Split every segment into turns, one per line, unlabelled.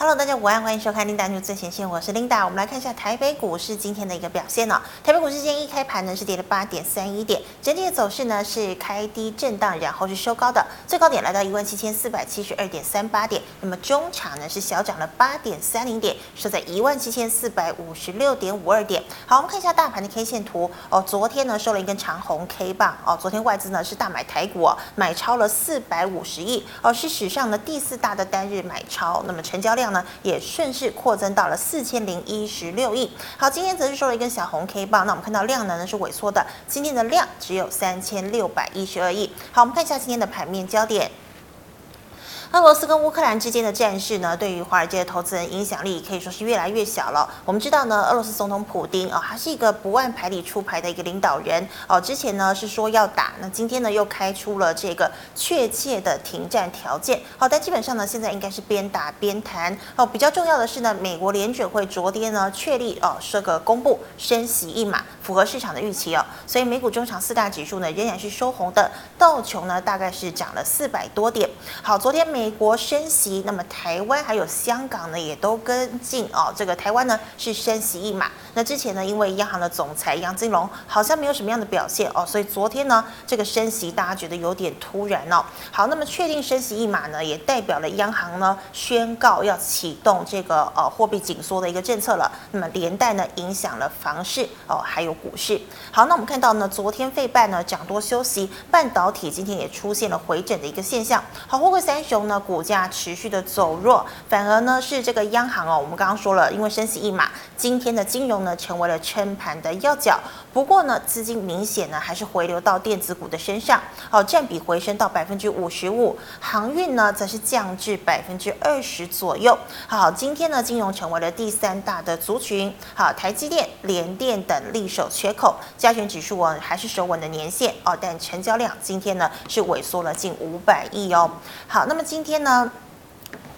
Hello，大家午安，欢迎收看 Linda News 最前线，我是 Linda。我们来看一下台北股市今天的一个表现哦。台北股市今天一开盘呢是跌了八点三一点，整体的走势呢是开低震荡，然后是收高的，最高点来到一万七千四百七十二点三八点。那么中场呢是小涨了八点三零点，收在一万七千四百五十六点五二点。好，我们看一下大盘的 K 线图哦。昨天呢收了一根长红 K 棒哦，昨天外资呢是大买台股哦，买超了四百五十亿哦，是史上呢第四大的单日买超。那么成交量呢也顺势扩增到了四千零一十六亿。好，今天则是收了一根小红 K 棒，那我们看到量能呢是萎缩的，今天的量只有三千六百一十二亿。好，我们看一下今天的盘面焦点。俄罗斯跟乌克兰之间的战事呢，对于华尔街的投资人影响力可以说是越来越小了。我们知道呢，俄罗斯总统普京哦，他是一个不按牌理出牌的一个领导人哦。之前呢是说要打，那今天呢又开出了这个确切的停战条件。好、哦，但基本上呢现在应该是边打边谈哦。比较重要的是呢，美国联准会昨天呢确立哦这个公布升息一码，符合市场的预期哦。所以美股中场四大指数呢仍然是收红的，道琼呢大概是涨了四百多点。好，昨天美。美国升息，那么台湾还有香港呢，也都跟进哦。这个台湾呢是升息一码，那之前呢，因为央行的总裁杨金龙好像没有什么样的表现哦，所以昨天呢，这个升息大家觉得有点突然哦。好，那么确定升息一码呢，也代表了央行呢宣告要启动这个呃货币紧缩的一个政策了。那么连带呢影响了房市哦，还有股市。好，那我们看到呢，昨天费半呢涨多休息，半导体今天也出现了回整的一个现象。好，货柜三雄。那股价持续的走弱，反而呢是这个央行哦，我们刚刚说了，因为升息一码，今天的金融呢成为了撑盘的要角。不过呢，资金明显呢还是回流到电子股的身上，哦，占比回升到百分之五十五，航运呢则是降至百分之二十左右。好，今天呢金融成为了第三大的族群，好，台积电、联电等力守缺口，加权指数哦还是守稳的年限哦，但成交量今天呢是萎缩了近五百亿哦。好，那么今今天呢？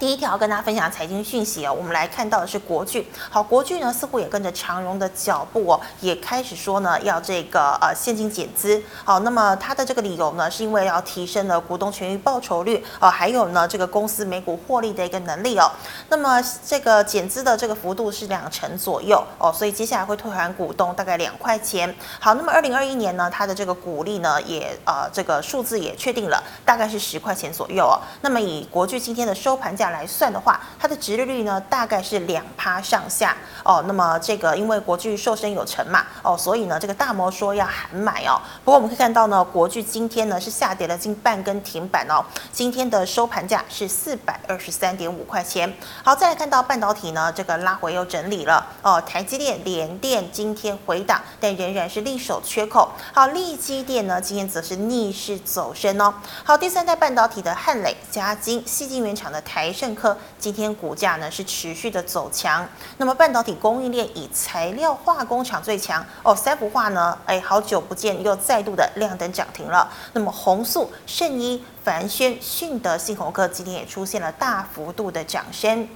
第一条跟大家分享的财经讯息哦，我们来看到的是国巨。好，国巨呢似乎也跟着长荣的脚步哦，也开始说呢要这个呃现金减资。好，那么它的这个理由呢，是因为要提升了股东权益报酬率呃，还有呢这个公司每股获利的一个能力哦。那么这个减资的这个幅度是两成左右哦，所以接下来会退还股东大概两块钱。好，那么二零二一年呢，它的这个股利呢也呃这个数字也确定了，大概是十块钱左右哦。那么以国巨今天的收盘价。来算的话，它的值利率呢大概是两趴上下哦。那么这个因为国巨瘦身有成嘛哦，所以呢这个大摩说要喊买哦。不过我们可以看到呢，国巨今天呢是下跌了近半根停板哦。今天的收盘价是四百二十三点五块钱。好，再来看到半导体呢，这个拉回又整理了哦。台积电、联电今天回档，但仍然是力守缺口。好，利基电呢今天则是逆势走升哦。好，第三代半导体的汉磊、嘉晶、西晶原厂的台。盛科今天股价呢是持续的走强，那么半导体供应链以材料化工厂最强哦，三幅化呢，哎，好久不见又再度的亮灯涨停了。那么红素、圣一、凡轩、迅德、信鸿科今天也出现了大幅度的涨升。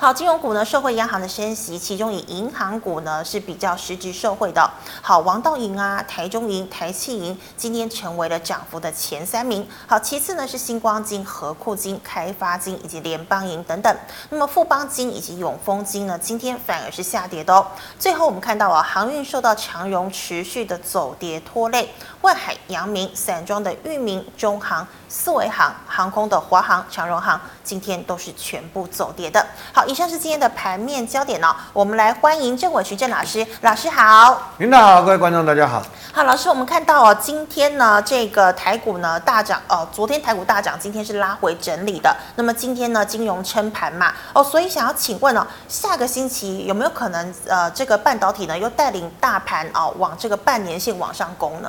好，金融股呢，受惠央行的升息，其中以银行股呢是比较实质受惠的。好，王道银啊、台中银、台气银今天成为了涨幅的前三名。好，其次呢是星光金、和库金、开发金以及联邦银等等。那么富邦金以及永丰金呢，今天反而是下跌的哦。最后我们看到啊，航运受到长荣持续的走跌拖累，万海、阳明、散装的裕民、中航、四维航、航空的华航、长荣航今天都是全部走跌的。好，以上是今天的盘面焦点哦。我们来欢迎郑伟群郑老师，老师好。
领导好，各位观众大家好。
好，老师，我们看到哦，今天呢，这个台股呢大涨哦，昨天台股大涨，今天是拉回整理的。那么今天呢，金融撑盘嘛，哦，所以想要请问哦，下个星期有没有可能呃，这个半导体呢又带领大盘哦往这个半年线往上攻呢？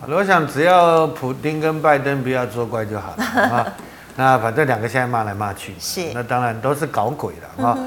好的我想只要普丁跟拜登不要作怪就好了啊。 那反正两个现在骂来骂去，
是嗯
那当然都是搞鬼了啊。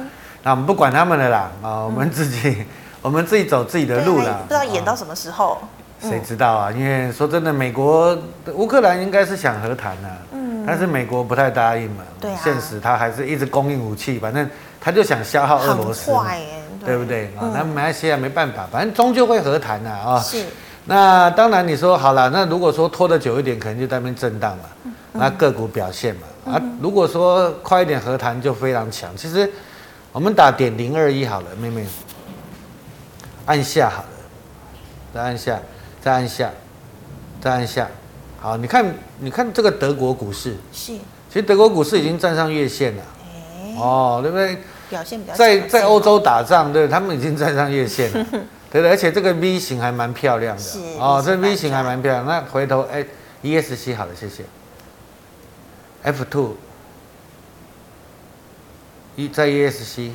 那我们不管他们的啦啊，我们自己 我们自己走自己的路
对
啦。
不知道演到
啊
什么时候。
谁知道啊？因为说真的，美国乌克兰应该是想和谈呐，啊
嗯
但是美国不太答应嘛。
对啊
现实他还是一直供应武器，反正他就想消耗啊俄罗斯
很
嘛，
快耶，
对不对？啊
嗯，
那马来西亚没办法，反正终究会和谈呐啊。
是，
那
嗯
当然，你说好了，那如果说拖得久一点，可能就在那边震荡嘛，那个股表现嘛，啊。如果说快一点和谈就非常强。其实我们打点零二一好了，妹妹，按下好了，再按下，再按下，再按下。好，你看，你看这个德国股市，
是，
其实德国股市已经站上月线了。
哎，
哦，对不对？
表现比较
在
强
在
劲
欧
哦
洲打仗，对，他们已经站上月线 了，对的，而且这个 V 型还蛮漂亮的，
是
哦，这
V
V
型
型
反
还
转
蛮漂亮。那回头哎，ESC 好了，谢谢。F two，一在 ESC，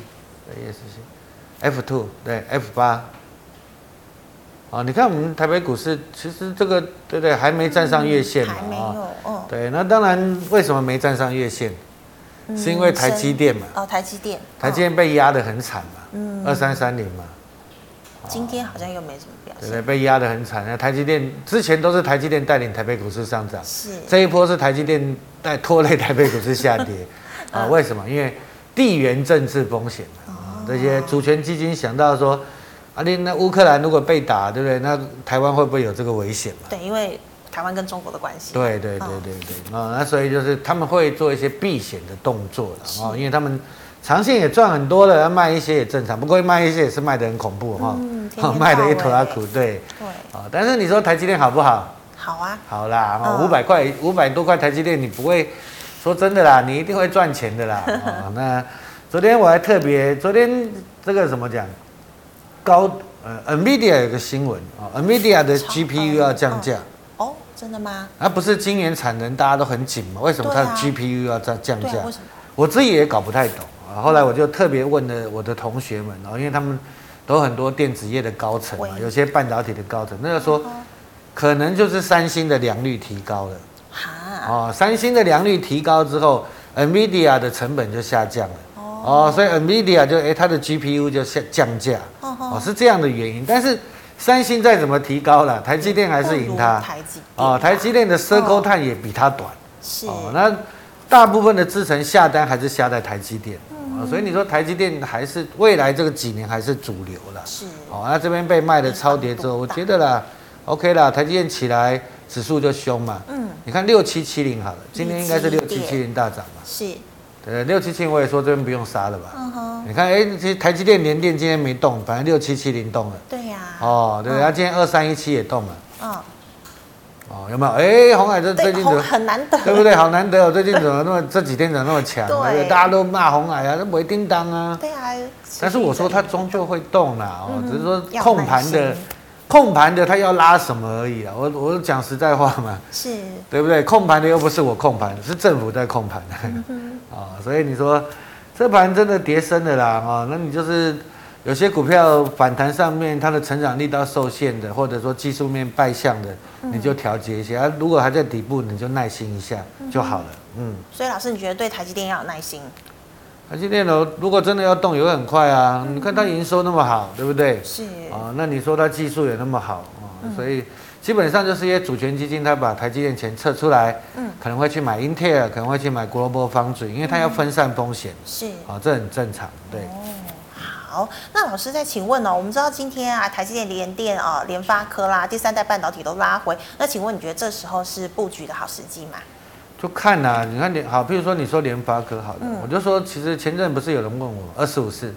在 ESC，F two 对 F 八。哦，你看我们台北股市，其实这个对不对，还没站上月线嘛
还没
哦
有，嗯，
对，那当然，为什么没站上月线？
嗯
是因为台积电嘛，
哦，台积电，
台积电被压得很惨嘛，二三三零嘛，
哦今天好像又没什么表
对不
现，
对？被压得很惨。那台积电之前都是台积电带领台北股市上涨，
是，
这一波是台积电带拖累台北股市下跌啊？为什么？因为地缘政治风险啊，这些主权基金想到说，啊，你那乌克兰如果被打，对不对？那台湾会不会有这个危险嘛？
对，因为台湾跟中国的关系，
对对对
嗯
对对，啊、那所以就是他们会做一些避险的动作了啊、因为他们长线也赚很多了，卖一些也正常，不过卖一些也是卖得很恐怖哈，
嗯天天
哦 卖得一
到
头拉
尾
苦，对，
对，
啊、但是你说台积电好不好？
好啊，
好啦，哦，
嗯
五百块五百多块台积电，你不会说真的啦，你一定会赚钱 的啦。哦，那昨天我还特别，昨天这个怎么讲？高呃，NVIDIA 有个新闻啊、n v i d i a 的
超
GPU 要降价。
哦，真的吗？
啊，不是今年产能大家都很紧嘛？为什么
对
它
啊
的 GPU 要降降
对
价
啊，？为什么？
我自己也搞不太懂啊。后来我就特别问了我的同学们，然后因为他们都很多电子业的高层嘛，
喂
有些半导体的高层，那就说
哦
可能就是三星的良率提高了
哈，
哦，三星的良率提高之后，NVIDIA 的成本就下降了。哦，所以 NVIDIA 就哎、它的 GPU 就下降价，
哦哦
哦是这样的原因。但是三星再怎么提高了，台积电还是
不
赢
如
它。
台积电
哦，台积电的 Circle
哦
Time 也比它短。
是，
哦，那大部分的制程下单还是下在台积电，啊，所以你说台积电还是未来这个几年还是主流啦。
是，
哦，那这边被卖的超跌之后，我觉得啦，OK 啦，台积电起来指数就凶嘛。
嗯，
你看六七七零好了，今天应该是六七七零大涨嘛。
是，
对，六七七零我也说这边不用杀了吧。
嗯哼，
你看，哎、其实台积电连电今天没动，反正六七七零动了。
对呀，
哦，对，然后今天二三一七也动了。
嗯，
哦，有没有？哎、红海这最
对，
近怎
红
么？
很难得，
对不对？好难得哦，最近怎么那么这几天怎么那么强？
对
对不对大家都骂红海啊，这没叮当啊。
对啊，
但是我说它终究会动啦，哦，只是说
嗯要
控盘
耐
的
心，
控盘的它要拉什么而已啊。我我讲实在话嘛，
是
对不对？控盘的又不是我控盘，是政府在控盘的 啊、所以你说这盘真的跌深了啦啊、哦那你就是有些股票反弹上面它的成长力道受限的，或者说技术面败相的，你就调节一下。啊、如果还在底部，你就耐心一下就好了。嗯，
所以老师，你觉得对台积电要有耐心？
台积电楼如果真的要动，也会很快啊。你看它营收那么好，对不对？
是，
啊、那你说它技术也那么好啊、
嗯
所以基本上就是一些主权基金，它把台积电钱撤出来，
嗯
可能会去买 Intel，可能会去买 Global Foundry，因为它要分散风险，
是。
啊、这很正常，对。
好，那老师再请问哦，我们知道今天啊，台积电、联电啊、联发科啦，第三代半导体都拉回，那请问你觉得这时候是布局的好时机吗？
就看呐、你看联好，譬如说你说联发科好了，
嗯
我就说其实前阵不是有人问我二十五是，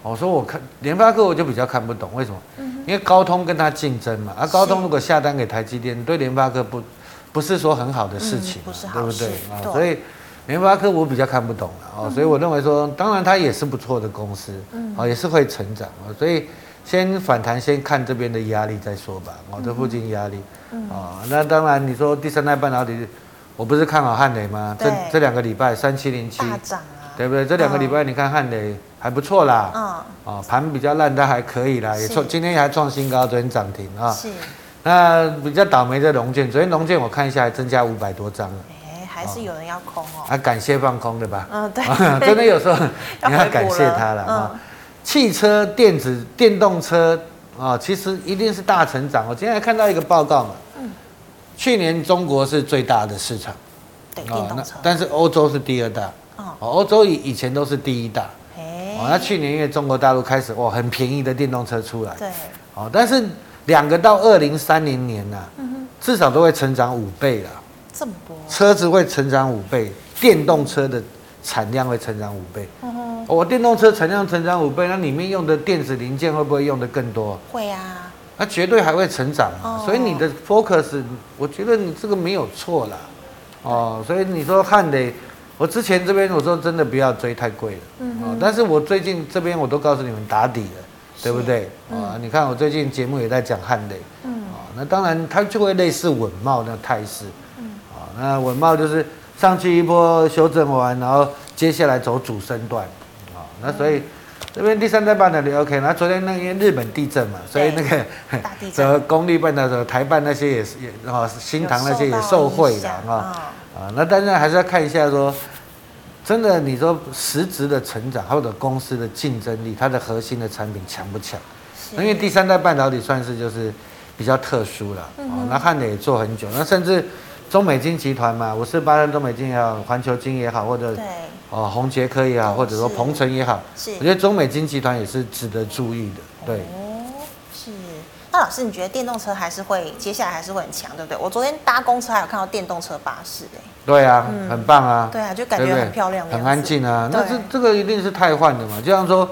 我说我看联发科我就比较看不懂为什么，因为高通跟他竞争嘛，啊高通
嗯是
如果下单给台积电，对联发科不不是说很好的事情
嗯不
嘛、
是好
对不对
事
啊？
对
所以联发科我比较看不懂了
嗯
哦，所以我认为说，当然它也是不错的公司，哦也是会成长啊，哦所以先反弹，先看这边的压力再说吧，哦这附
嗯
近压力，啊那当然你说第三代半导体，我不是看好汉磊吗？这
对
这两个礼拜三七零七，
大涨啊，
对不对？这两个礼拜你看汉磊还不错啦，
嗯，
哦盘比较烂，但还可以啦，也
是
创今天还创新高，昨天涨停啊。
是，
那比较倒霉的龙卷，昨天龙卷我看一下还增加五百多张了，
哎，还是有人要空哦，
啊，感谢放空的吧？，
嗯，对
真的有时候
要
你
回
要
补嗯
感谢他了
了
啊、汽车、电子、电动车啊、其实一定是大成长。我今天还看到一个报告嘛，
嗯
去年中国是最大的市场
对，
哦
电动车，
但是欧洲是第二大。
哦
哦，欧洲以以前都是第一大。哦，那
哎，
去年因为中国大陆开始哇，很便宜的电动车出来，
对，
哦，但是两个到二零三零年呐、至少都会成长五倍了。
嗯这么多，
车子会成长五倍，电动车的产量会成长五倍。
嗯哼，
我、电动车产量成长五倍，那里面用的电子零件会不会用的更多？
会啊，
那绝对还会成长啊
哦。
所以你的 focus，我觉得你这个没有错啦。哦，所以你说汉磊，我之前这边我说真的不要追太贵了，
嗯
哦
哼，
但是我最近这边我都告诉你们打底了，对不对？
是
啊，你看我最近节目也在讲汉磊，
嗯
哦，那当然它就会类似稳茂那态势，
嗯，
啊，那稳茂就是上去一波修正完，然后接下来走主升段，啊，那所
嗯
以这边第三代半导体 OK，那昨天那个因为日本地震嘛，所以那个
大地震
整个公立半导体、台办那些也是也啊，新塘那些也受惠的啊
啊，
啊，那当然还是要看一下说。真的，你说实质的成长，或者公司的竞争力，它的核心的产品强不强？
是
因为第三代半导体算是就是比较特殊了，
嗯
哦，那汉磊也做很久，那甚至中美金集团嘛，五四八三中美金也好，环球金也好，或者
对，
哦红杰科也好，
哦
或者说
是
鹏程也好，
是
我觉得中美金集团也是值得注意的，对。
哦，是。那老师，你觉得电动车还是会接下来还是会很强，对不对？我昨天搭公车还有看到电动车巴士、哎，
对啊，
嗯
很棒啊，
对啊就感觉
对不对
很漂亮的样
很
子
安静啊。那这
对
这个一定是太换的嘛，就像说，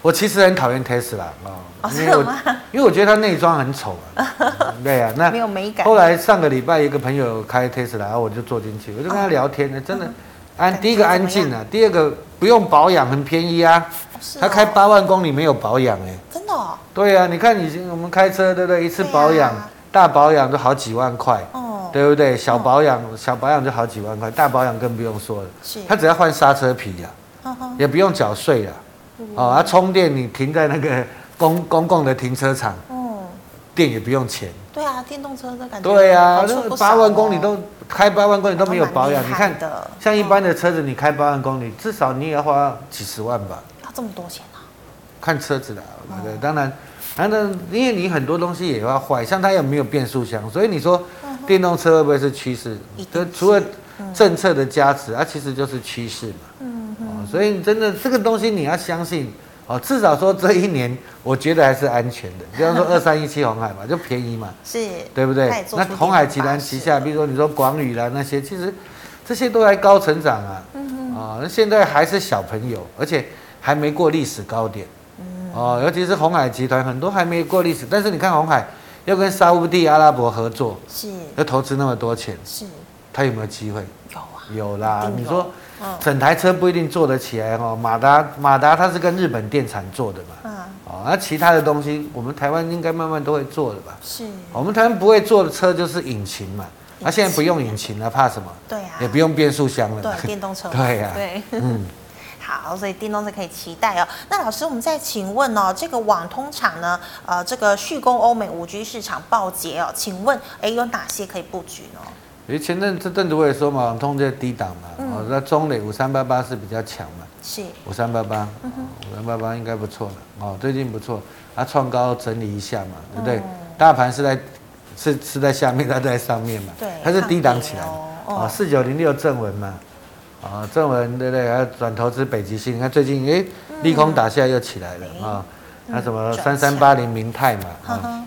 我其实很讨厌 Tesla
哦
啊，因为我
是吗
因为我觉得它内装很丑 啊，对啊，那
没有美感
后来上个礼拜一个朋友开 Tesla，然后我就坐进去，我就跟他聊天呢，真的
嗯感
安
觉
第一个安
怎
静
么
啊，第二个不用保养，很便宜啊，
哦是哦
他开八万公里没有保养哎，
真的哦，
对啊，你看以前我们开车对不对，一次
对啊
保养大保养都好几万块。
哦，
对不对？小保养、小保养就好几万块，大保养更不用说了。
是，
他只要换刹车皮呀、
嗯哼
也不用缴税了。哦，啊，充电你停在那个公公共的停车场，
哦，
电也不有钱。
对啊，电动车的感觉，
对呀、啊，
好处
那
不少
八万公里
哦
都开八万公里都没有保养，
都蛮厉
你
害
看
的嗯
像一般的车子，你开八万公里，至少你也要花几十万吧。
要这么多钱啊？
看车子的，啊对
哦
不对？当然，当然，因为你很多东西也要坏，像它也没有变速箱，所以你说电动车会不会是趋势
嗯一定？
这
是
除了政策的加持，它其实就是趋势嘛。
嗯，
哦，所以你真的这个东西你要相信哦，至少说这一年我觉得还是安全的。比方说二三一七红海嘛，就便宜嘛，
是，
对不对
他也？做
那
出
红海
电
集
动巴
团
士
旗下，比如说你说广宇啦那些，其实这些都还高成长啊。
嗯
啊，那现在还是小朋友，而且还没过历史高点。
嗯
哦，尤其是红海集团，很多还没过历史。但是你看红海要跟沙乌地阿拉伯合作，
是
要投资那么多钱，
是
他有没有机会？
有啊，
有啦
一，定
你
有
说
嗯
整台车不一定做得起来哦。马达马达它是跟日本电厂做的嘛，
嗯，
哦，那其他的东西我们台湾应该慢慢都会做了吧？
是，
我们台湾不会做的车就是引擎嘛，
引
啊，现在不用引擎了，怕什么？
对啊，
也不用变速箱了。
对电动车嘛，
对呀
对。
嗯，
好，所以电动车可以期待哦。那老师，我们再请问哦，这个网通厂呢，呃，这个续攻欧美五 G 市场暴捷哦，请问，哎，有哪些可以布局呢？
因为前阵这阵子我也说嘛，网通这低档嘛，
嗯
哦，那中磊五三八八是比较强嘛，
是，
五三八八，五三八八应该不错了，哦，最近不错，啊，创高整理一下嘛，对不
嗯
对？大盘是在是是在下面，它在上面嘛，
对
它是低档起来的
抗跌，哦
啊，四九零六正文嘛，啊，正文对不对？还有转投资北极星，你看最近诶，利空打下又起来了啊，那什么
嗯转
三
向
三八零 明泰嘛，
呵
啊，
呵，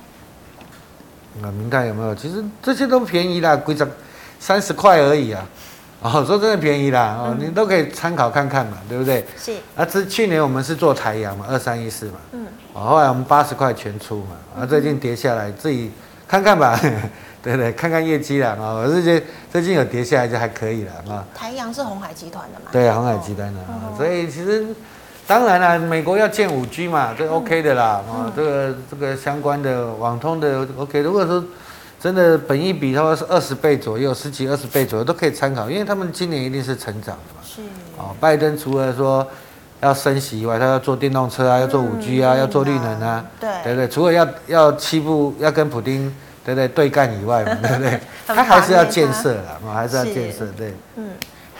啊，明泰有没有？其实这些都便宜啦，规则三十块而已啊，哦，说真的便宜啦，
嗯
哦，你都可以参考看看嘛，对不对？
是，
啊，这去年我们是做台阳嘛，二三一四嘛，
嗯，
哦，后来我们八十块全出嘛，啊，最近跌下来，自己看看吧， 对对，看看业绩啦啊，我是觉得最近有跌下来就还可以了啊，
台阳是红海集团的嘛？
对啊，红海集团的，啊所以其实当然啦，美国要建五 G 嘛，这 OK 的啦，啊，这个这个相关的网通的 OK，如果说真的本益比的话是二十倍左右，十几二十倍左右都可以参考，因为他们今年一定是成长的嘛。
是，
哦，拜登除了说要升息以外，他要做电动车啊，要做五 G 啊，
嗯
要做绿能啊，
对
对不对？除了要要欺负要跟普丁对不对对干以外嘛，对不对？
很
他还是要
烦欸
建
他
设啦，哦，还是要
是
建设，对。
嗯。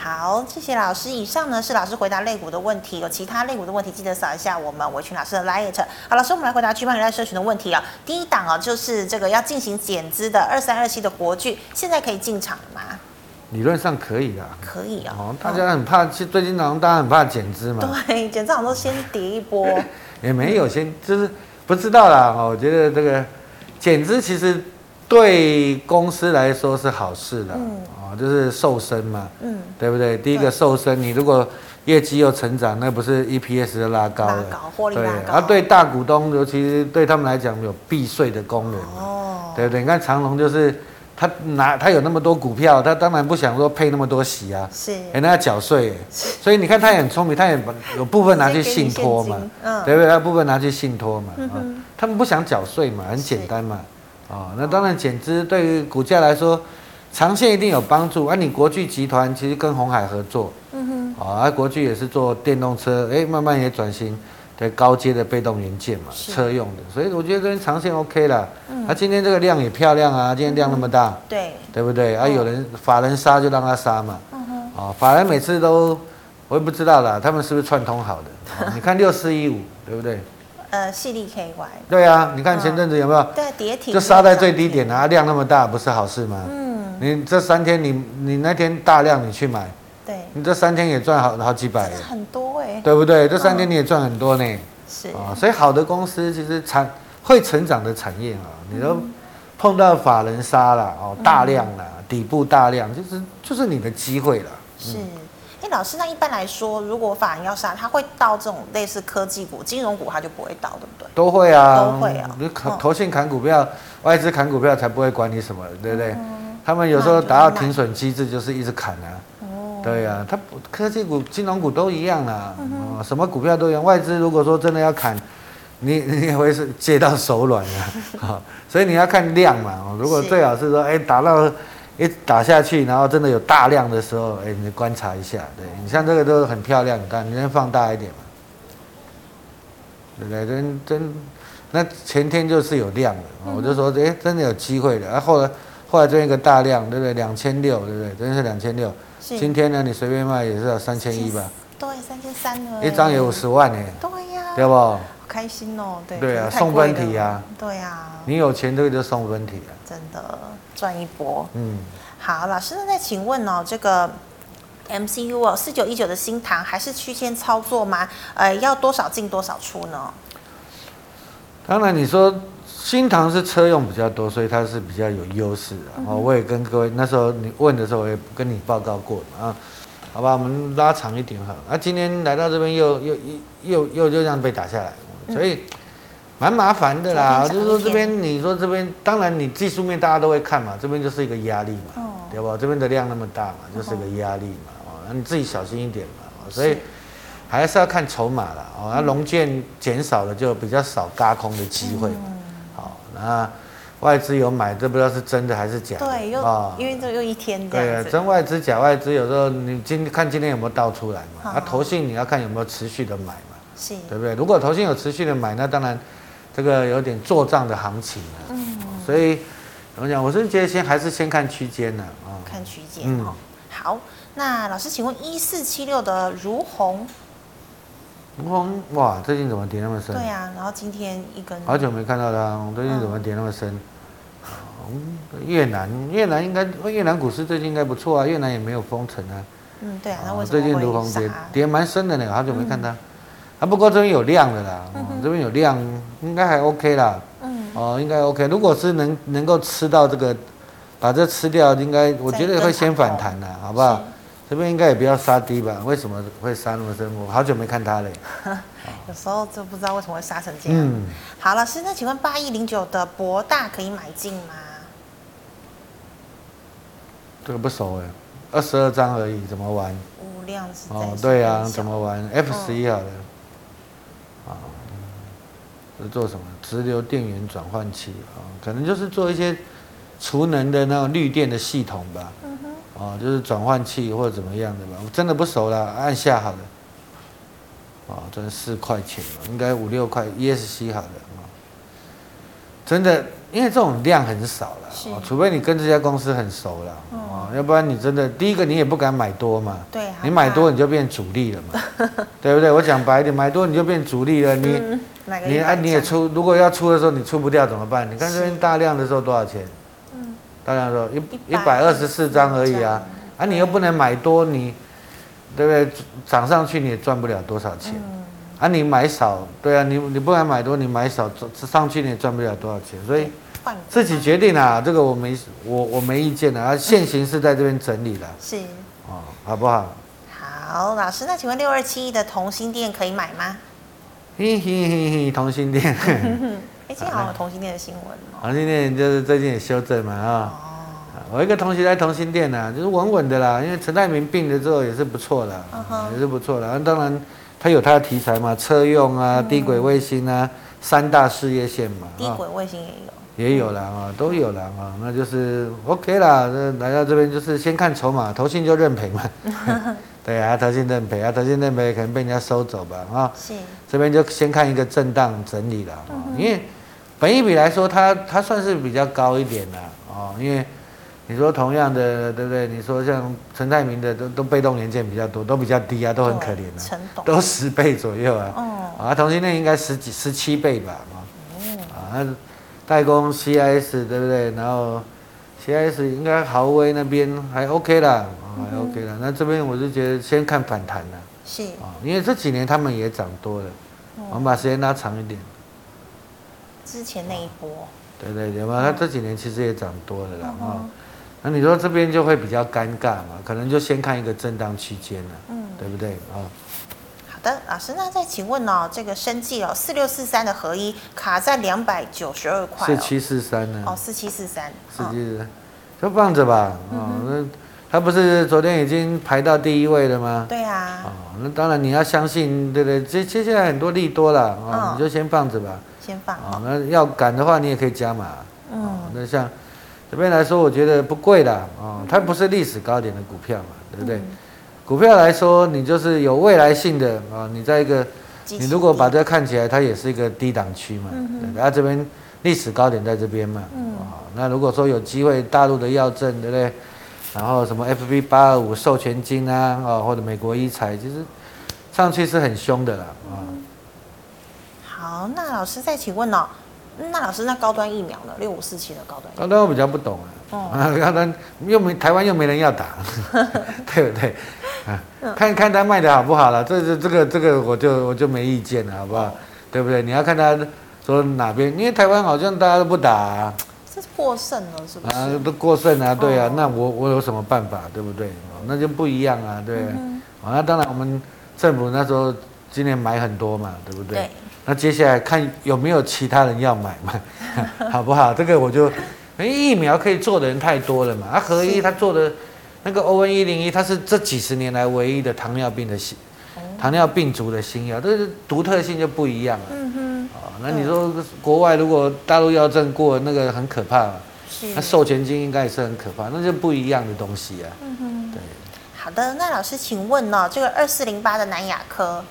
好，谢谢老师。以上呢是老师回答类股的问题，有其他类股的问题，记得扫一下我们维群老师的 liet。好，老师，我们来回答巨胖人在社群的问题啊。第一档啊，就是这个要进行减资的二三二七的国巨，现在可以进场吗？
理论上可以啦。
可以啊、
哦，大家很怕，其实最近好像大家很怕减资嘛，
对，减资好像都先跌一 波，
也没有先就是不知道啦。哦，我觉得这个减资其实对公司来说是好事的，
嗯
哦，就是瘦身嘛，
嗯，
对不对？第一个
对
瘦身，你如果业绩又成长，那不是 E EPS 就拉高
拉
了？
高获利
对
拉，高，
啊，对大股东，尤其是对他们来讲有避税的功能嘛，
哦，
对不对？你看长隆就是他拿他有那么多股票，他当然不想说配那么多息啊，
是
哎、那要缴税耶，所以你看他也很聪明，他也把有部分拿去信托嘛
直接给你现金，嗯
对不对？他部分拿去信托嘛，
嗯
啊
哼
他们不想缴税嘛，很简单嘛，哦，那当然减资对于股价来说，长线一定有帮助。啊，你国巨集团其实跟红海合作，
嗯哼，
哦，啊，国巨也是做电动车，哎，慢慢也转型对高阶的被动元件嘛，
是嗯
车用的，所以我觉得跟长线 OK 啦。啊，今天这个量也漂亮啊，今天量那么大，
对，
对不对？啊，
嗯
有人法人杀就让他杀嘛。
嗯哼，
哦，法人每次都，我也不知道啦，他们是不是串通好 的？哦你看六四一五，对不对？
呃，细粒 KY，
对啊，你看前阵子有没有？
对，跌停
就杀在最低点，啊，量那么大，不是好事吗？
嗯，
你这三天你你那天大量你去买，
对，
你这三天也赚好好几百
真
了
的，很多哎，
对不对？这三天你也赚很多呢。
是，
啊，所以好的公司其实产会成长的产业啊，你都
嗯
碰到法人杀啦，哦，大量啦，底部大量，就是就是你的机会啦。
是。哎，老师，那一般来说，如果法人要杀，他会到这种类似科技股、金融股，他就不会到，对不对？
都会啊，
都会啊
你投
嗯
投信砍股票，外资砍股票才不会管你什么，对不对？
嗯
他们有时候达到停损机制，就是一直砍啊。
哦，嗯
对啊，它不科技股、金融股都一样啊，哦什么股票都一样。外资如果说真的要砍，你 你也会是借到手软 啊。好所以你要看量嘛。哦如果
是
最好是说，哎，打到一打下去，然后真的有大量的时候，哎，你观察一下。对你像这个都很漂亮，你看，你先放大一点嘛，对不对？真真，那前天就是有量了，
嗯
哦我就说，哎，真的有机会的。然、后后来后来这边一个大量，对不对？两千六，对不对？真的是两千六。
是
今天呢，你随便卖也是要三千一吧，
对，三千三了，
一张也五，十万呢，
对呀，
对不？
好开心哦，对，
对啊
可是太
送
贵
分题啊
了，对啊，
你有钱这个就送分题了。
真的赚一波。
嗯，
好，老师，那再请问哦，这个 MCU 哦，四九一九的新塘还是区间操作吗？呃，要多少进多少出呢？
当然你说新塘是车用比较多，所以它是比较有优势的。哦，我也跟各位那时候你问的时候，我也跟你报告过嘛啊。好吧，我们拉长一点哈。啊，今天来到这边又又又又又又这样被打下来，所以蛮麻烦的啦。
昨
就
天
是
涨
说这
一
边你说这边，当然你技术面大家都会看嘛，这边就是一个压力嘛，
哦
对吧？这边的量那么大嘛，就是个压力嘛，哦，那你自己小心一点嘛。哦所以
是嗯
还是要看筹码啦。哦，那龙建减少了，就比较少嘎空的机会嘛。
嗯
好，那外资有买，这不知道是真的还是假的
对，又、
啊
因为这又一天这
对
样
啊，
子，
真外资、假外资，有时候你今看今天有没有倒出来嘛？
好
啊，投信你要看有没有持续的买嘛，
是
对不对？如果投信有持续的买，那当然这个有点做账的行情了、
嗯
所以怎么讲？我是觉得先还是先看区间呢啊。
看区间
嗯
哦。好，那老师，请问一四七六的如虹，
哇哇，最近怎么跌那么深？
对啊，然后今天一根
好久没看到它，我最近怎么跌那么深？嗯越南，越南应该越南股市最近应该不错啊，越南也没有封城啊。
嗯，对啊，那
哦
为什
最近如
么
虹
会嗯
跌
杀？
跌蛮深的呢，好久没看它。啊，不过这边有量的啦，哦这边有量，应该还 OK 啦。
嗯，
哦，应该 OK。如果是能能够吃到这个，把这吃掉，应该我觉得会先反弹啦，好不好？这边应该也不要杀低吧？为什么会杀那么深？我好久没看它
啊
嘞。
有时候就不知道为什么会杀成这样。
啊嗯，
好，老师，那请问八一零九的博大可以买进吗？
这个不熟哎，二十二张而已，怎么玩？
无量是在嗯
哦，对啊，
缩小
怎么玩？F 十一好了，啊、是做什么？直流电源转换器啊、可能就是做一些储能的那种绿电的系统吧，
嗯哼，
哦，就是转换器或者怎么样的吧，我真的不熟了，按下好了，哦，赚四块钱吧，应该五六块，ESC 好了啊、真的，因为这种量很少了、
是嗯
哦，除非你跟这家公司很熟了，哦，要不然你真的第一个你也不敢买多嘛，
对啊，
你买多你就变主力了 嘛，对不对？我讲白一点，买多你就变主力了。你、
嗯哪个
你
100
啊你也
张
出，如果要出的时候你出不掉怎么办？你看
是
这边大量的时候多少钱？
嗯
大量的时候一一百二十四
124
张而已啊，啊你又不能买多，你对不对？涨上去你也赚不了多少钱。
嗯
啊，你买少，对啊，你你不敢买多，你买少，上上去你也赚不了多少钱，所以
换股
自己决定啦、这个我没我我没意见啦、啊，现行是在这边整理的
是
哦，好不好？
好老师，那请问六二七一的同心店可以买吗？
嘿嘿嘿嘿，同心店，
哎，今天好像有同心店的新闻哦。
同心店就是最近也修正嘛啊、我有一个同学在同心店呐、就是稳稳的啦，因为陈泰明病了之后也是不错的
嗯哼
也是不错的。当然，他有他的题材嘛，车用啊、低轨卫星啊，三大事业线嘛，
嗯低
啊
轨卫星也有，
也有了啊，都有了啊，那就是 OK 啦。那来到这边就是先看筹码，投信就认赔 嘛。对啊，投信认赔啊，投信认赔可能被人家收走吧啊。
是
这边就先看一个震荡整理了啊、
嗯
因为本益比来说，它它算是比较高一点的哦，因为你说同样的，对不对？你说像陈泰明的都都被动元件比较多，都比较低啊，都很可怜
对
啊，
陈董
都十倍左右啊，
哦
啊，同性恋应该十几十七倍吧，哦
嗯
啊，啊，代工 CIS 对不对？然后 CIS 应该豪威那边还 OK 啦，啊
嗯
还 OK 啦，那这边我就觉得先看反弹了。
是嗯
啊，因为这几年他们也涨多了，
哦
我们把时间拉长一点，
之前那一
哦
波，
对对
嗯
对嘛，它这几年其实也涨多了啦啊。那你说这边就会比较尴尬嘛？可能就先看一个震荡区间了，
嗯
对不对啊？
好的，老师，那再请问哦，这个生计哦，四六四三的合一卡在两百九十二块
四
哦，
七四三
哦，
呢？
四七四三，
四
嗯，
七就放着吧啊。那它不是昨天已经排到第一位了吗？
对
哦
啊，，
那当然你要相信，对不对？接接下来很多利多了啊，
嗯
你就先放着吧。
先放
啊、
哦，
那要赶的话，你也可以加码。
嗯
嗯、那像这边来说，我觉得不贵啦。哦，它不是历史高点的股票嘛，对不对？
嗯
股票来说，你就是有未来性的啊、你在一个，
机器
你如果把这个看起来，它也是一个低档区嘛。
嗯
对，啊它、这边历史高点在这边嘛。
嗯
哦，那如果说有机会，大陆的药证，对不对？然后什么 FB 八二五授权金啊，哦，或者美国一财，其实上去是很凶的啦。啊、
好，那老师再请问哦，那老师那高端疫苗呢？六五四七的高端疫苗
高端我比较不懂
哦
啊，啊，高端又没台湾又没人 要打，对不对？啊，看看他卖的好不好了，这这这个这个我就我就没意见了，好不
哦
好？对不对？你要看他说哪边，因为台湾好像大家都不打啊，
这是过剩了是不
啊
是？
都过剩啊，对啊
哦，
那我我有什么办法，对不对？哦那就不一样啊，对
嗯
啊。哦那当然我们政府那时候今年买很多嘛，对不对？
对，
那接下来看有没有其他人要买 嘛，好不好？这个我就，因为疫苗可以做的人太多了嘛。啊，合一
是
他做的那个 O N 一零一，它是这几十年来唯一的糖尿病的新，
哦
糖尿病族的新药，这个独特性就不一样了。
嗯
哦，那你说国外如果大陆药证过那个很可怕嘛，
哼，是
那。授权金应该也是很可怕，那就不一样的东西啊。
嗯哼，
对，
好的，那老师请问哦，这个二四零八的南亚科，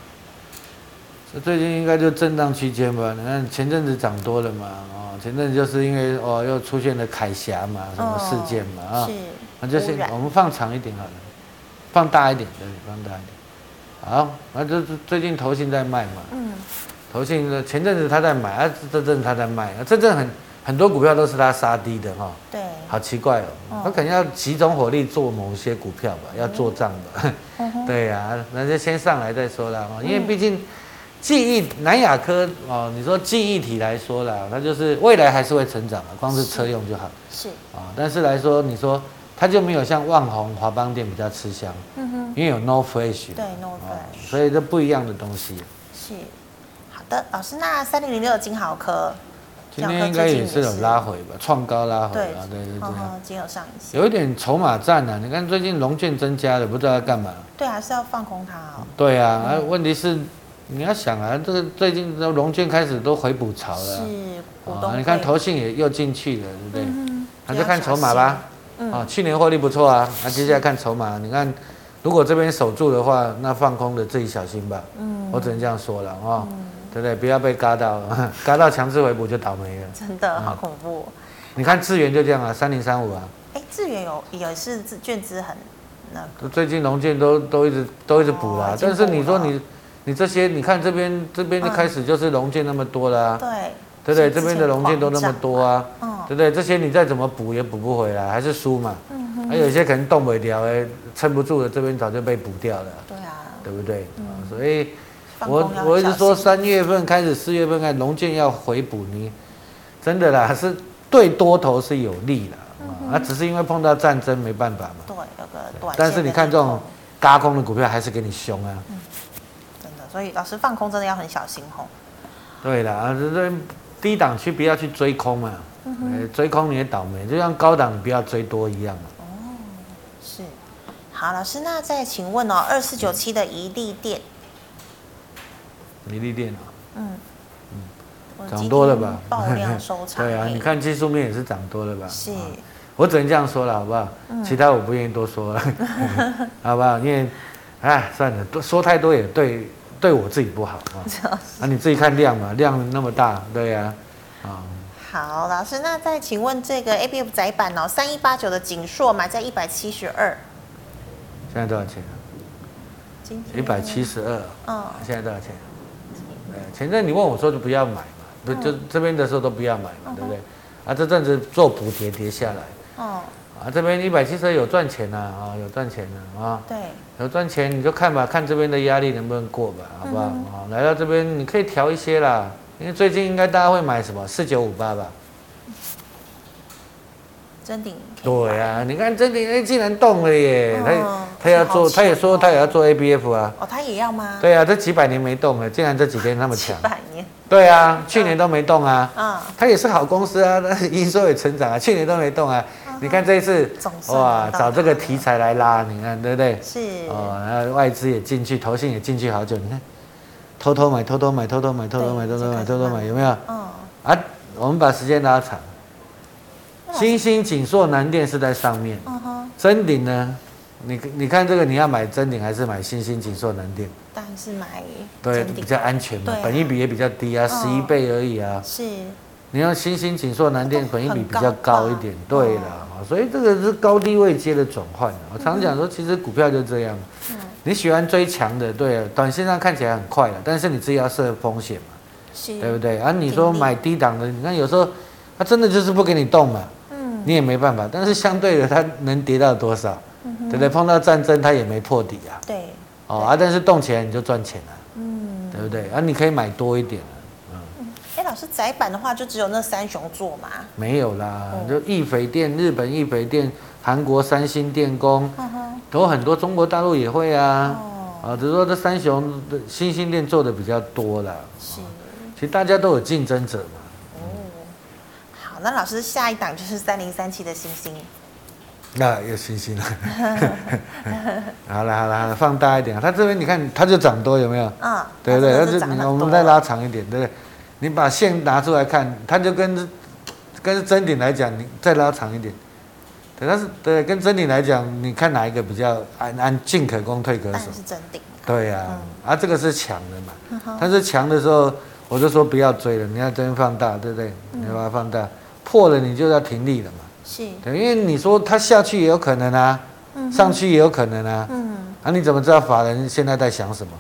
这最近应该就震荡区间吧？你看前阵子涨多了嘛，哦，前阵子就是因为哦又出现了凯霞嘛，什么事件嘛
哦嗯
啊，
是，
那哦就先
污染
我们放长一点好了，放大一点，对，放大一点。好，那就是最近投信在卖嘛，
嗯，
投信呢前阵子他在买，啊这阵子他在卖，啊这阵很很多股票都是他杀低的哈、
对，
好奇怪哦，他可能要集中火力做某些股票吧，要做账吧。 对呀、那就先上来再说啦，哦因为毕竟记忆南亚科哦，你说记忆体来说啦，它就是未来还是会成长嘛，光是车用就好
是，
啊。但是来说，你说它就没有像万宏、华邦店比较吃香，
嗯哼。
因为有 No Flash 嘛。
对，no
哦所以这不一样的东西。啊
是，好的，老师，那三零零六的金豪科，
今天应该也是有拉回吧，创高拉回
对嗯
啊，对对对。
然后今天有上一些，
有一点筹码战啊，你看最近龙券增加了，不知道要干嘛。
对啊，是要放空它哦，
对啊，啊，问题是你要想啊，这个最近这龙券开始都回补潮了啊
是股
啊、
东会，
你看投信也又进去了，对不对？
嗯
那就看筹码吧。。啊，去年获利不错啊，那接下来看筹码。你看，如果这边守住的话，那放空的自己小心吧。嗯，我只能这样说了哦，
嗯
对不对？不要被嘎到， 嘎到强制回补就倒霉了。
真的
嗯
好恐怖！哦
你看智源就这样啊，三零三五啊，
哎，智源有也是自券资很那个，
最近龙建都都一直都一直补啦、啊
哦已经
但是你说
补了嗯
你你这些，你看这边这边就开始就是龙建那么多啦、
对
对不对？
是之
这
前
边的龙建都那么多啊，
嗯，
对不对？这些你再怎么补也补不回来，还是输嘛。
嗯
还有一些可能动不了哎，撑不住了，这边早就被补掉了，
对啊，
对不对？哦所以
放
我
空要
我一直
小
说
心
三月份开始，四月份开始龙建要回补你，真的啦，是对多头是有利的，
嗯
那、只是因为碰到战争没办法嘛。
对，有个短线的利空。
但是你看这种嘎空的股票还是给你凶啊。
真的，所以老师放空真的要很小心吼。
对啦，啊，这这低档区不要去追空嘛，呃追空你也倒霉，就像高档你不要追多一样嘛。
是，好，老师，那再请问哦，二四九七的一利店，
迷利电
嗯嗯，
涨多了吧？
爆 量收场。
对啊，
嘿
你看技术面也是涨多了吧？
是
啊，我只能这样说了，好不好？其他我不愿意多说了，好不好？因为，哎，算了，多说太多也对对我自己不好啊。啊，你自己看量嘛，量那么大，对呀、啊，啊，
好，老师，那再请问这个 A B F 窄板哦，三一八九的锦硕买在一百七十二，
现在多少钱？
今天
一百七，十二，
嗯，
现在多少钱？呃，前阵你问我说就不要买嘛，不就
嗯
这边的时候都不要买嘛，对不对？啊，这阵子做补跌跌下来，
哦，
啊，这边一百七十二有赚钱呐，啊，有赚钱呐，啊。
对，
有赚钱你就看吧，看这边的压力能不能过吧，好不好？
嗯
啊、来到这边你可以调一些啦，因为最近应该大家会买什么四九五八吧？
真顶，
对啊，你看这里哎竟然动了耶，
嗯
他他要
好
做，
强哦
他也说他也要做 ABF 啊。
哦，他也要吗？，
对啊，这几百年没动了，竟然这几天那么
几
强。
百年，
对啊，去年都没动啊。
嗯，
它也是好公司啊，但是营收也成长啊，去年都没动啊。你看这一次
总，算
哇，
轮到
找这个
它了
题材来拉，你看对不对？
是，
哦，然后外资也进去，投信也进去好久，你看，偷偷买，偷偷买，偷偷买，偷偷买，
对
偷偷
这
买，偷
个
偷买，有没有？
嗯，
啊，我们把时间拉长，
那老师
星星紧硕南电是在上面，
嗯哼，
真顶呢？你你看这个你要买真顶还是买星星紧硕南电？
当然是买
对，
真
比
顶
较安全嘛
对啊，
本益比也比较低啊，十一
嗯
倍而已啊。
是，
你要星星紧硕南电
都
本益
哦
比
很
比
高
较
哦
高
吧
一点，对啦，哦所以这个是高低位接的转换啊。我常讲说，其实股票就这样，
嗯
你喜欢追强的，对啊，短线上看起来很快了，但是你自己要设风险嘛，
是，
对不对？啊，你说
定力
买低档的，你看有时候它真的就是不给你动嘛，
嗯，
你也没办法。但是相对的，它能跌到多少，
嗯
对不对？碰到战争，它也没破底啊，
对，
哦啊，但是动起来你就赚钱了，
嗯，
对不对？啊，你可以买多一点啊。
哎，老师窄板的话就只有那三雄做嘛，
没有啦
哦，
就易肥店、日本易肥店、韩国三星电工，
嗯哼，
都有很多中国大陆也会啊。
哦，
啊，只是说这三雄的新兴店做的比较多啦。
是。
其实大家都有竞争者嘛。
好，那老师下一档就是三零三七的星星，
那啊有 信心 了。好了好了好了，放大一点啊，它这边你看它就涨多有没有？
嗯，
对不对？
它
它
真的是
就
涨
你
很
我
多
们再拉长一点，对不对？你把线拿出来看，它就跟跟真顶来讲，你再拉长一点。对，但是对跟真顶来讲，你看哪一个比较安安进可攻退可
当
守
然？是真顶，
对呀、啊，
嗯
这个是强的嘛，但是强的时候，我就说不要追了，你要真放大，对不对？
嗯
你要把它放大，破了你就要停利了嘛。
是，
对，因为你说它下去也有可能啊，上去也有可能啊，
嗯，
啊，你怎么知道法人现在在想什么？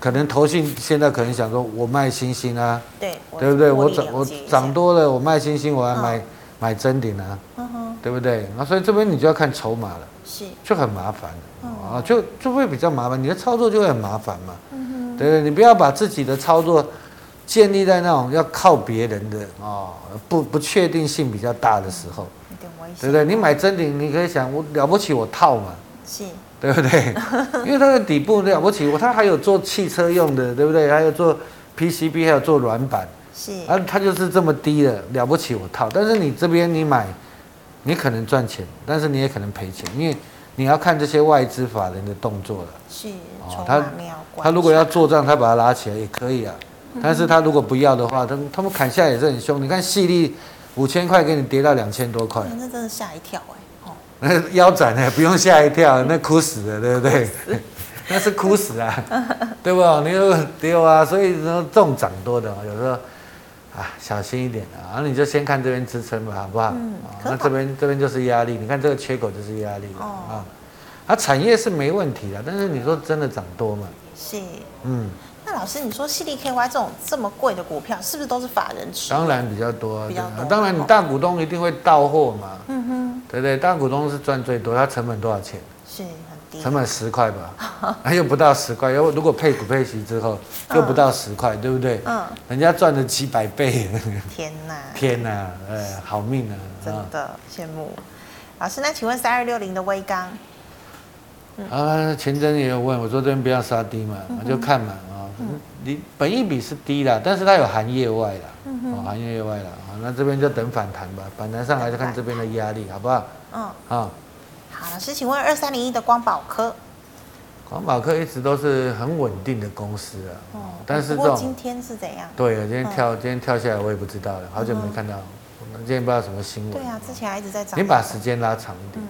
可能投信现在可能想说，我卖星星啊，
对，
对不对？我
获利
涨
了
我
结一下
涨，多了，我卖星星，我还
嗯
买买真顶啊，
嗯哼，
对不对？那所以这边你就要看筹码了。
是，
就很麻烦啊，就就会比较麻烦，你的操作就会很麻烦嘛。
嗯
对对，你不要把自己的操作建立在那种要靠别人的哦，不不确定性比较大的时候，
哼，有点危险，
对不对？你买真顶，你可以想，我了不起我套嘛，
是，
对不对？因为它的底部了不起，我它还有做汽车用的，对不对？还有做 PCB，还有做软板，
是，
啊，它就是这么低的，了不起我套。但是你这边你买，你可能赚钱，但是你也可能赔钱，因为你要看这些外资法人的动作了。
是，
哦
筹
他
码没有关，
他如果要做账，他把它拉起来也可以啊。但是他如果不要的话，他们他们砍下来也是很凶。你看细粒五千块给你跌到两千多块
哎，那真的吓一跳哎，哦，
那腰斩呢，不用吓一跳，那哭死了，对不对？ 那是哭死啊，对不？你就丢啊，所以说这种涨多的，哦有时候啊小心一点啊，然后你就先看这边支撑吧，好不好？
嗯
啊
可
那这边这边就是压力，你看这个缺口就是压力了
哦
啊。啊，产业是没问题的，但是你说真的涨多嘛？
是。
嗯，
那老师，你说 C D K Y 这种这么贵的股票，是不是都是法人持？
当然比较多啊，
比较多哦
对啊当然你大股东一定会到货嘛，
嗯哼，
对不对？大股东是赚最多，他成本多少钱？
是很低？
成本十块吧，那又不到十块，又如果配股配息之后又不到十块，对不对？
嗯，
人家赚了几百倍，
天哪，
天哪、呃，好命啊！
真
啊
的羡慕。老师，那请问三二六零的微钢，嗯
啊，前阵也有问我说这边不要杀低嘛，我就看嘛啊，
嗯
你本益比是低啦，但是它有含业外啦，
嗯
哦，含业外啦，啊，那这边就等反弹吧，反弹上来就看这边的压力好不好？
嗯，
啊，
好，老师，请问二三零一的光宝科，
广宝科一直都是很稳定的公司啊，
哦
但是
不过
这种
今天是怎样？
对，今天跳今天跳下来我也不知道了，好久没看到，今天不知道什么新闻。
嗯对啊，之嗯前还一直在涨。
你把时间拉长一点，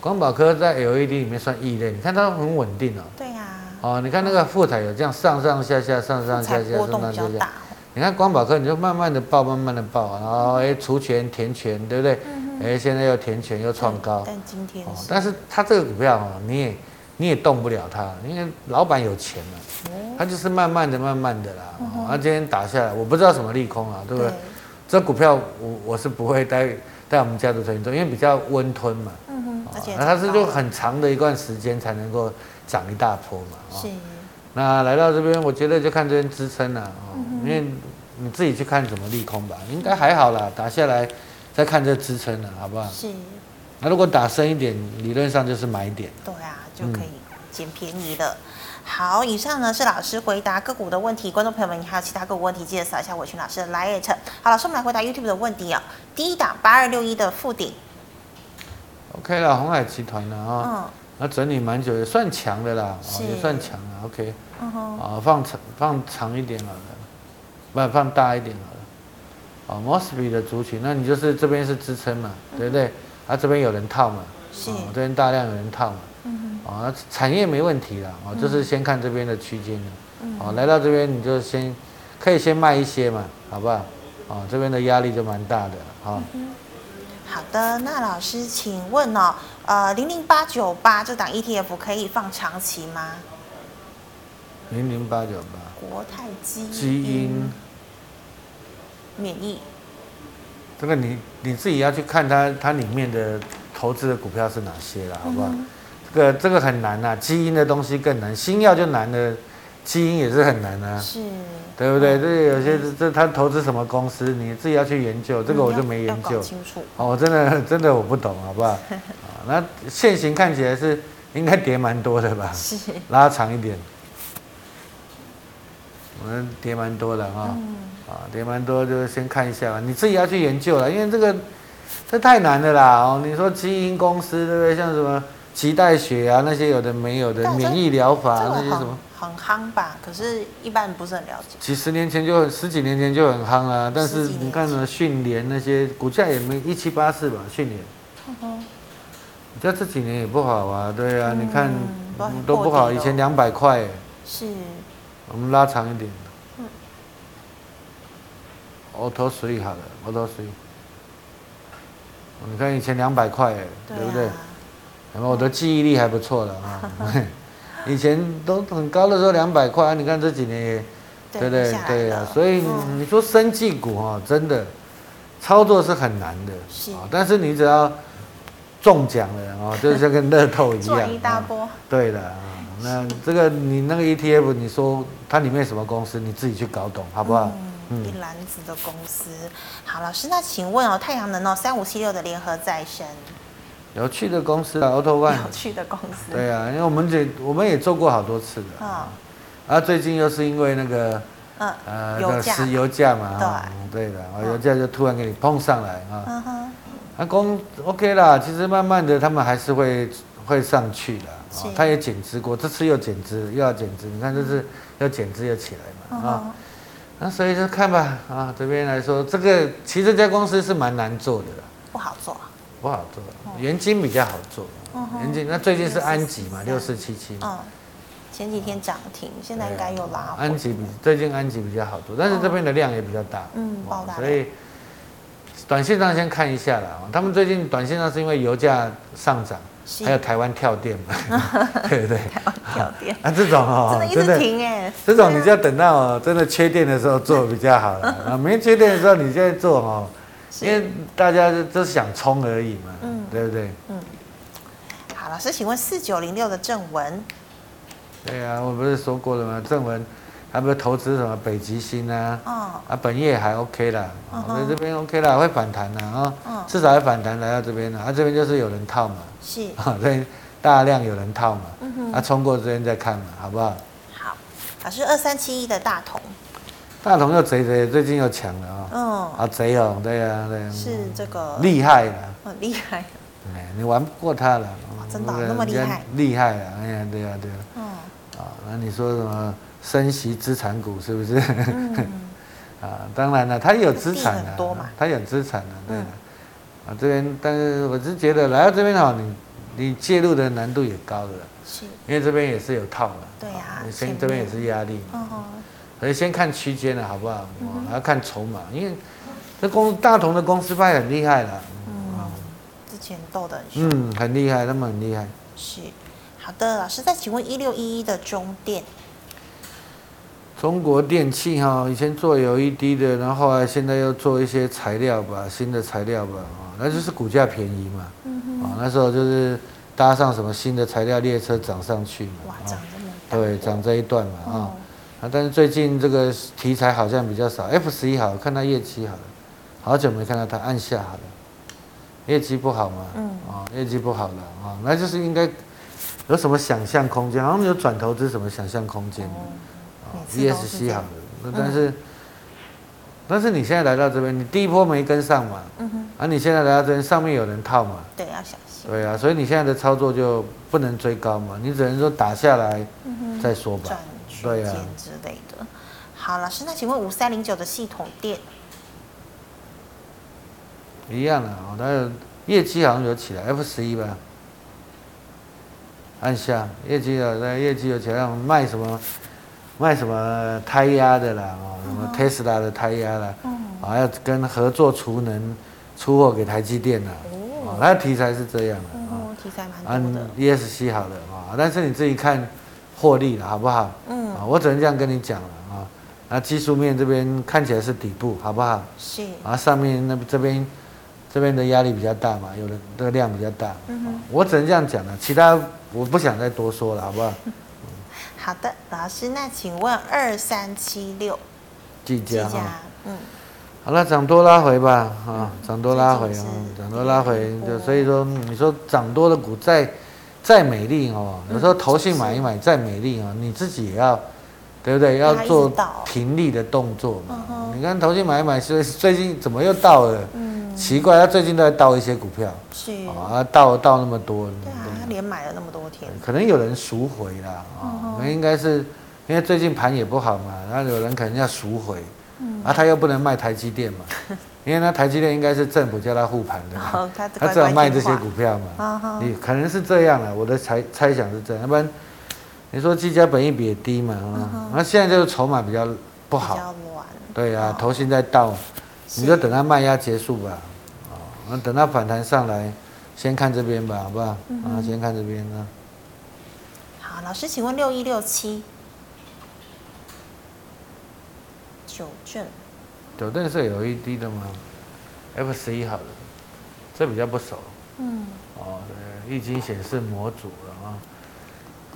光宝科在 LED 里面算异类，你看它很稳定哦。
对啊，
哦，你看那个富彩有这样上上下下、上上下
才
下、
波
上
动
上
比较
下
大
下。。你看光宝科，你就慢慢的报，慢慢的报，然后
嗯
哎除权填权，对不对？哎，现在又填权又创高，
但今天
哦，
是
但是它这个股票哦，你也你也动不了它，因为老板有钱了、
哦
它就是慢慢的、慢慢的啦。
嗯
哦，它、今天打下来，我不知道什么利空啊，对不对？这股票我我是不会带带我们家族成员做，因为比较温吞嘛。
嗯哼，而且
哦那它是
涨
就
高了
很长的一段时间才能够涨一大波嘛。哦
是
那来到这边，我觉得就看这边支撑了、哦，
嗯
因为你自己去看怎么利空吧，应该还好啦，打下来再看这支撑了、好不好？
是，
那如果打深一点，理论上就是买点。
对啊，就
嗯
可以捡便宜了。好，以上呢是老师回答个股的问题，观众朋友们，你还有其他个股问题，记得扫一下伟群老师的 l i t 好，老师，我们来回答 YouTube 的问题哦。第一档八二六一的附顶，
OK 啦，红海集团了啊，
嗯
那整理蛮久，也算强的啦，哦
是
也算强了。OK，
嗯哼，
啊，放长放长一点好了，不放大一点好了。哦，Mosby 的族群，那你就是这边是支撑嘛，对不对？啊，这边有人套嘛，
是
哦这边大量有人套嘛，
嗯
哦，那产业没问题啦，哦，就是先看这边的区间了，
嗯
哦，来到这边你就先可以先卖一些嘛，好不好？哦，这边的压力就蛮大的，好、
嗯
哦，
好的，那老师，请问哦，呃，零零八九八这档 ETF 可以放长期吗？
零零八九八，
国泰基
基因，
免疫
这个你你自己要去看它它里面的投资的股票是哪些啦，好
嗯
不好？这个这个很难呐、基因的东西更难，新药就难了，基因也是很难啊，
是，
对不对？
嗯
这有些这他投资什么公司，你自己要去研究，这个
嗯
我就
要
没
要
研
搞
究。
清楚，
哦，我真的 真的我不懂，好 不好？啊，那现行看起来是应该跌蛮多的吧？
是，
拉长一点，我们跌蛮多的哈、
嗯
啊，跌蛮多就先看一下吧，你自己要去研究了，因为这个这太难了啦哦。你说基因公司对不对？像什么脐带血啊那些有的没有的
对啊，这
免疫疗法
这
啊
个
那些
很
什么，
很夯吧？可是一般人不是很了解，
几十年前就很十几年前就很夯啦、但
十
是
几年
你看什么迅联那些股价也没一七八四吧，迅联。你知道这几年也不好啊，对啊，你看
都很
都不
嗯破
好，
底哦
以
了
前两百块欸耶，
是
我们拉长一点。嗯。头水好了，头水。你看以前两百块耶，
对
对不对
啊？
然后我的记忆力还不错 了啊。以前都很高的时候两百块，啊你看这几年也，
对
不对
下来？
对啊
了，
所以
嗯
你说生技股哈，真的操作是很难的，
是
啊但是你只要中奖了哦，就是像跟乐透一样，
赚一大
啊
波，
对的啊，那这个你那个 ETF，你说它里面什么公司，你自己去搞懂好不好？
嗯，一篮子的公司。好，老师，那请问哦，太阳能哦，三五七六的联合再生，
有趣的公司啊，Auto One，
有趣的公司，
对啊，因为我们也我们也做过好多次的啊，
啊，
啊，最近又是因为那个呃
嗯，
那
油
个 E
价，
石油价嘛，
对
啊对的，啊
嗯
油价就突然给你碰上来啊，
嗯哼，
啊，公 OK 啦，其实慢慢的他们还是会会上去的。
是
哦，他也减资过，这次又减资，又要减资，你看这次要减资又起来
嗯
嘛啊、
哼，
那所以就看吧啊，这边来说，这个其实这家公司是蛮难做的啦，
不好做，
不好做，元金比较好做
哦嗯，哼
元金那最近是安吉嘛，六四七七嘛，
嗯，前几天涨停，现在应该又拉回
啊安吉比最近安吉比较好做，但是这边的量也比较大，
嗯
哇
爆大量
所以短线上先看一下啦。哦他们最近短线上是因为油价上涨，
是
还有台湾跳电 嘛，对不对？
跳电，
啊，这种
真
哦
的，一直停哎，
这种你就要等到哦真的缺电的时候做比较好了。 啊，没缺电的时候你现在做哦，
嗯
因为大家都是想冲而已嘛，对不对？
好，老师，请问四九零六的正文，
对呀、我不是说过了吗？正文他不是投资什么北极星啊？
哦，
啊，本业还 OK 啦，
嗯
哦
哼
所以这边 OK 啦，会反弹的啊，
嗯
哦至少会反弹来到这边的，啊，这边就是有人套嘛，
是，
啊，所以大量有人套嘛，
嗯哼，
啊，冲过这边再看嘛，好不好？
好，老师二三七一的大同，
大同又贼贼，最近又抢了啊，
嗯，
啊，贼哦，对呀，对呀，
是这个
厉害了，
很厉害，
哎，你玩不过他了，
真的哦
对
那么厉害
人家厉害了，哎呀，对呀，对呀，
嗯
啊，那你说什么升息资产股是不是？
嗯，
啊，当然了，他有资产
地
的、
很多嘛
他有资产的、对的
嗯。
啊，这边，但是我是觉得来到这边哈，你你介入的难度也高的，
是，
因为这边也是有套的。
对啊前
先
面
这边也是压力嘛，
嗯哼，
所以先看区间的好不好？
嗯哼
还要看筹码，因为这公大同的公司派很厉害了，
嗯，之前斗的很凶，
哦嗯，很厉害，他们很厉害。
是，好的，老师，再请问一六一一的中电，
中国电器哈，以前做 LED 的，然后后来现在又做一些材料吧，新的材料吧，啊，那就是股价便宜嘛。
嗯
啊，那时候就是搭上什么新的材料列车涨上去嘛
哼，，哇，
啊
涨这么大，
对，涨这一段嘛啊
哦，，
啊，但是最近这个题材好像比较少，F 十一好看它业绩好了，好久没看到它按下好了，业绩不好嘛，
嗯
啊，业绩不好了啊，那就是应该有什么想象空间，好像有转投资什么想象空间
哦
啊
每次都是这
，ESC
样嗯
好了，那但是但是你现在来到这边，你第一波没跟上嘛，
嗯哼，
啊，你现在来到这边上面有人套嘛。
对，要小心，
对啊，所以你现在的操作就不能追高嘛，你只能说打下来
嗯哼，
再说吧
转。区
对啊
间之类的。好，老师，那请问五三零九的系统店，
一样的哦，它有业绩好像有起来，F 十一吧，按下业绩有，那业绩有起来，让我们卖什么卖什么胎压的啦，哦，什么 Tesla 的胎压啦，
嗯，
啊，要跟合作储能出货给台积电啦，
哦，
哦，它的题材是这样的
嗯
啊，
哼，题材蛮
按
多的，
ESC 好的啊，但是你自己看获利了好不好？啊，
嗯，
我只能这样跟你讲了啊。那技术面这边看起来是底部，好不好？
是，
啊，上面那这边这边的压力比较大嘛，有的这个量比较大，
嗯哼，
我只能这样讲了，其他我不想再多说了，好不好？
好的，老师，那请问二三七六
计
技
价哈，
嘉，嗯，
好了，涨多拉回吧，啊，涨多拉回
最
啊
近是，
涨多拉回，
哦
就所以说嗯你说涨多的股再再美丽哦，有时候投信
是
买一买再美丽哦，你自己也要。对不对？要
它一直
做
倒
停利的动作嘛
嗯。哼
你看投信买一买，所以最近怎么又到了？
嗯，
奇怪，他最近都在倒一些股票，
是，
哦啊，倒倒那么多，嗯
对啊，他连买了那么多天，
可能有人赎回啦，
啊嗯
啊，
哼
那应该是因为最近盘也不好嘛，然后有人可能要赎回，
嗯，
啊，他又不能卖台积电 嘛，因为那台积电应该是政府叫他护盘的
然
嘛，
后哦他
他
乖
只好
乖
卖这
听
些
话
股票嘛，
啊哈，
你可能是这样了，我的猜猜想是这样，要不然你说技嘉本益比也低嘛，
嗯
啊，那现在就是筹码比较
比
不好，
较乱，
对啊
哦，
投信在倒，你
是
就等它卖压结束吧，啊，那等它反弹上来，先看这边吧，好不好？啊，先看这边啊。
好，老师，请问六一六七九正，
九盾是有 LED 的吗？F 十一好了，这比较不熟
嗯，
哦。对，液晶显示模组了啊，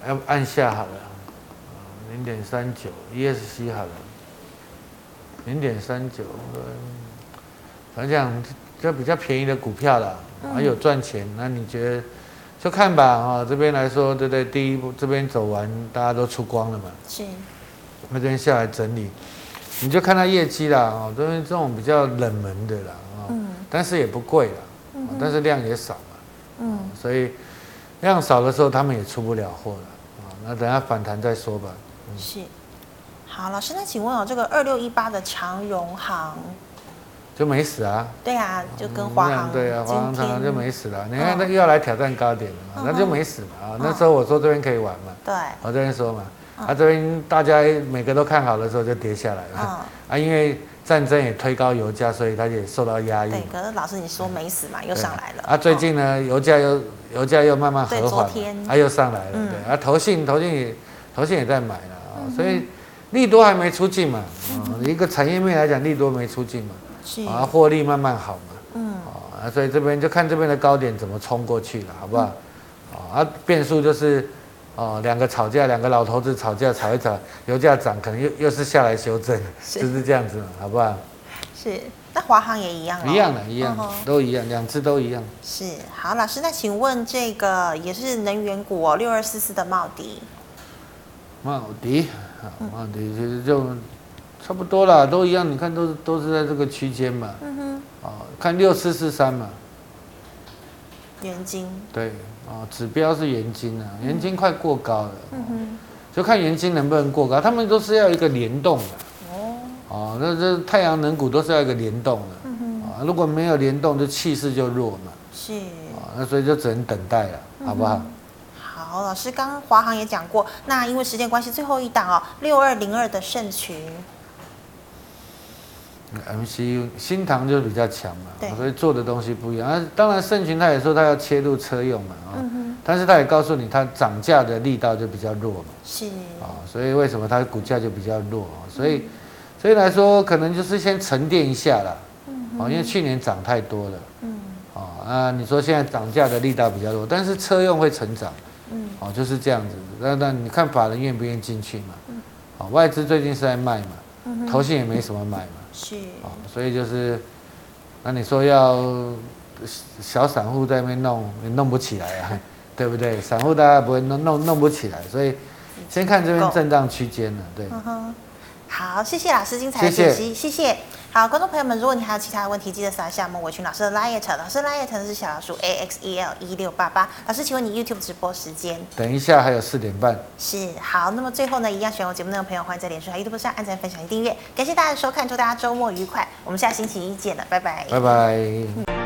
要按下好了，啊零点三九 ESC 好了，零点三九，嗯反正讲这比较便宜的股票啦，还有赚钱，那你觉得就看吧啊、哦。这边来说，对不对？第一步这边走完，大家都出光了嘛。
是，
那边下来整理，你就看它业绩啦，哦，都是这种比较冷门的啦，哦，
嗯
但是也不贵啦，哦但是量也少嘛，
嗯，
所以量少的时候他们也出不了货了，啊，那等它反弹再说吧。
是。好，老师，那请问哦，这个二六一八的长荣行，
就没死啊，
对啊，就跟华
那样
航
对啊，华航
今
常常
天
就没死了。你
嗯
看那又要来挑战高点了
嗯
嘛
哼，
那就没死嘛啊。那
嗯
时候我说这边可以玩嘛，
对，
我这边说嘛，
嗯
啊这边大家每个都看好的时候就跌下来了，
嗯，
啊因为战争也推高油价，所以它也受到压抑嘛
嗯对。。可是老师你说没死嘛，又
对
上来了哦
啊，最近呢，油价又油价又慢慢
对
和
昨
缓嘛
天，
啊，又上来了，
嗯
对啊，投信投信也投信也在买了啊、所以利多还没出尽嘛，
嗯
啊，一个产业面来讲，利多没出尽嘛，
哦是，
啊，获利慢慢好嘛，
嗯，嗯
啊，所以这边就看这边的高点怎么冲过去了，好不好？啊，啊，变数就是哦，两个吵架，两个老头子吵架吵一吵，油价涨，可能又又是下来修正，
是
就是这样子，好不好？
是，那华航也一样、哦，
一样的，一样
嗯
的
哼，
都一样，两只都一样。
是，好，老师，那请问这个也是能源股哦，六二四四的茂迪，
茂迪，啊，茂迪其实就差不多啦，都一样。你看都是都是在这个区间嘛。嗯哼。哦，看六四四三嘛，
元金，
对，哦，指标是盐金啊，盐金快过高了，
嗯
就看盐金能不能过高。他们都是要一个联动的。
哼，哦，
哦，那这太阳能股都是要一个联动的。
嗯哼，
啊，如果没有联动，就气势就弱嘛。
是，
啊，那所以就只能等待了，
嗯
好不好？
好，老师，刚刚华航也讲过，那因为时间关系，最后一档哦，六二零二的盛群，
MCU 新塘就比较强嘛
对，
所以做的东西不一样。啊当然，盛群他也说他要切入车用嘛，啊、
嗯哼，
但是他也告诉你，它涨价的力道就比较弱嘛，
是，
啊、
嗯
所以为什么它股价就比较弱？啊所以，所以来说，可能就是先沉淀一下啦，啊、因为去年涨太多了，
嗯
啊、啊，你说现在涨价的力道比较弱，但是车用会成长，
嗯，
哦，就是这样子。那那你看法人愿不愿意进去嘛？哦，外资最近是在卖嘛，
嗯哼，
投信也没什么买嘛。
是，
哦，所以就是，那你说要小散户在那边弄，也弄不起来啊， 对不对？散户大家不会弄弄弄不起来，所以先看这边震荡区间了，对。
嗯哼，好，谢谢老师精彩的
谢
解
谢
析，谢谢。好，观众朋友们，如果你还有其他的问题，记得扫一下我们伟群老师的 Liet，老师 Liet 是小老鼠 A X E L 一六八八。老师，请问你 YouTube 直播时间
等一下还有四点半，
是好？那么最后呢，一样喜欢我节目内容的朋友，欢迎在脸书和 YouTube 上按赞、分享、订阅。感谢大家的收看，祝大家周末愉快，我们下星期一见了，拜拜。
拜拜。